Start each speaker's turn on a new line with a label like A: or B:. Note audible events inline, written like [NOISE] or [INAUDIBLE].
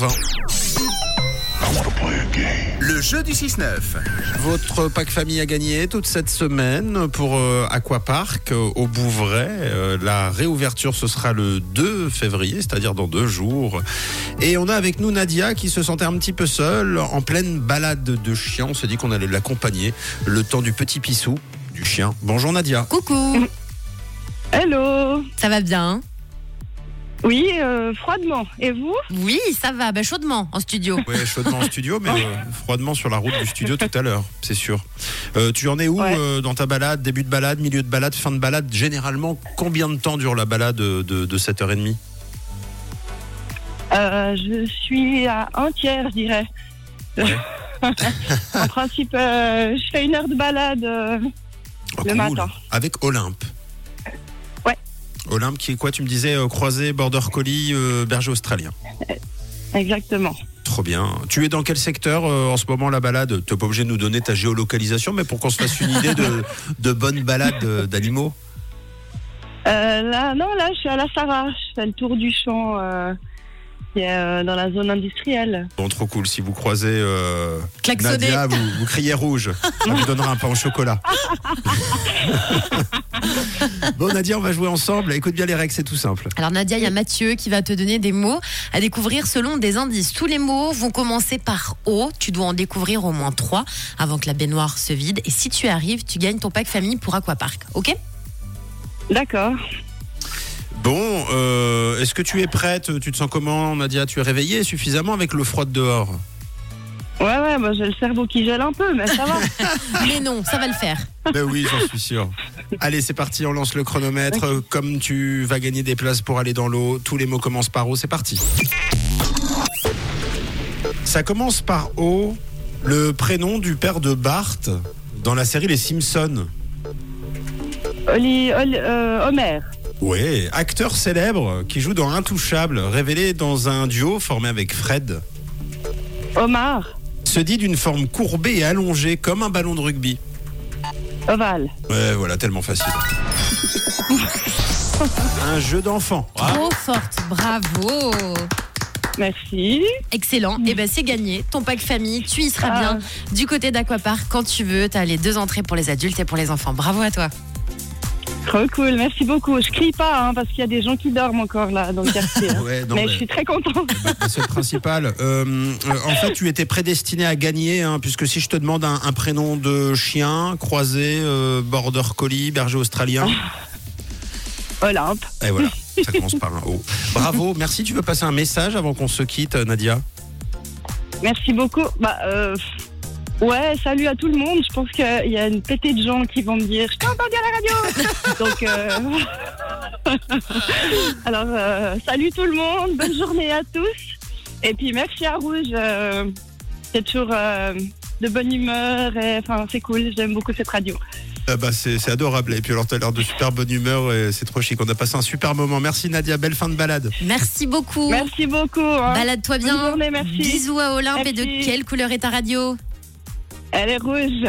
A: Bon. Le jeu du 6-9. Votre pack famille a gagné toute cette semaine pour euh, Aquapark euh, au Bouvray. Euh, la réouverture, ce sera le 2 février, c'est-à-dire dans deux jours. Et on a avec nous Nadia qui se sentait un petit peu seule en pleine balade de chien. On s'est dit qu'on allait l'accompagner le temps du petit pissou du chien. Bonjour Nadia.
B: Coucou,
C: Hello
B: ça va bien
C: Oui, euh, froidement. Et vous
B: Oui, ça va, bah, chaudement en studio.
A: Ouais, chaudement en studio, mais euh, froidement sur la route du studio tout à l'heure, c'est sûr. Euh, tu en es où
C: Ouais.
A: euh, dans ta balade Début de balade, milieu de balade, fin de balade Généralement, combien de temps dure la balade euh, de, de 7h30
C: Euh, Je suis à un tiers, je dirais. [LAUGHS] en principe, euh, je fais une heure de balade. euh,
A: Oh,
C: Le matin.
A: Avec Olympe.
C: Ouais.
A: Olympe qui est quoi Tu me disais euh, croisé, border collie, euh, berger australien.
C: exactement.
A: Trop bien. Tu es dans quel secteur euh, en ce moment la balade Tu n'es pas obligé de nous donner ta géolocalisation, mais pour qu'on se fasse une idée de, de bonne balade euh, d'animaux.
C: Euh, là, non, là, je suis à la Sarah. Je fais le tour du champ euh, qui est euh, dans la zone industrielle.
A: Bon, trop cool. Si vous croisez euh,
B: Klaxonner.
A: Nadia, vous, vous criez rouge. On vous donnera un pain au chocolat. bon, Nadia, on va jouer ensemble. Écoute bien les règles, c'est tout simple.
B: Alors Nadia, il y a Mathieu qui va te donner des mots à découvrir selon des indices. Tous les mots vont commencer par O, tu dois en découvrir au moins trois avant que la baignoire se vide. Et si tu arrives, tu gagnes ton pack famille pour Aquapark, ok
C: D'accord.
A: Bon, euh, est-ce que tu es prête Tu te sens comment, Nadia Tu es réveillée suffisamment avec le froid de dehors
C: Ouais, ouais, bah, j'ai le cerveau qui gèle un peu, mais ça va.
B: Mais non, ça va le faire.
A: Ben oui, j'en suis sûr. Allez, c'est parti, on lance le chronomètre. Euh, Comme tu vas gagner des places pour aller dans l'eau, tous les mots commencent par O, c'est parti. Ça commence par O, le prénom du père de Bart dans la série Les Simpsons.
C: Oli, Oli- euh, Homer.
A: Ouais, acteur célèbre qui joue dans Intouchable, révélé dans un duo formé avec Fred.
C: Omar.
A: Se dit d'une forme courbée et allongée comme un ballon de rugby.
C: Oval.
A: Ouais, voilà, tellement
C: [LAUGHS]
A: facile. un jeu d'enfant. Ah,
B: Trop forte, bravo
C: Merci.
B: Excellent, et ben c'est gagné. Ton pack famille, tu y seras
C: Ah.
B: bien du côté d'Aquapark quand tu veux. T'as les deux entrées pour les adultes et pour les enfants. Bravo à toi.
C: Trop cool. Merci beaucoup. Je crie pas, hein, parce qu'il y a des gens qui dorment encore
A: [LAUGHS]
C: là dans le quartier. hein.
A: Ouais, non,
C: mais
A: mais-
C: je suis très contente.
A: C'est le principal. Euh, euh, en fait, tu étais prédestiné à gagner, hein, puisque si je te demande un, un prénom de chien, croisé, euh, border collie, berger australien,
C: Olympe.
A: et voilà, ça commence par un O. Bravo, merci. Tu veux passer un message avant qu'on se quitte, Nadia
C: Merci beaucoup. Bah, euh, pff, ouais, salut à tout le monde. Je pense qu'il y a une pétée de gens qui vont me dire Je t'ai entendu
A: [LAUGHS]
C: à la radio Donc, euh, [LAUGHS] alors, euh, salut tout le monde. Bonne journée à tous. Et puis, merci à Rouge. euh, C'est toujours euh, de bonne humeur. et, Enfin, c'est cool. J'aime beaucoup cette radio.
A: bah, C'est adorable. Et puis alors, tu as l'air de super bonne humeur et c'est trop chic. On a passé un super moment. Merci, Nadia. Belle fin de balade.
B: Merci beaucoup.
C: Merci beaucoup. hein.
B: Balade-toi
C: Bonne
B: bien.
C: journée, merci.
B: Bisous à Olympe et de
C: Merci.
B: quelle couleur est ta radio
C: Elle est rouge.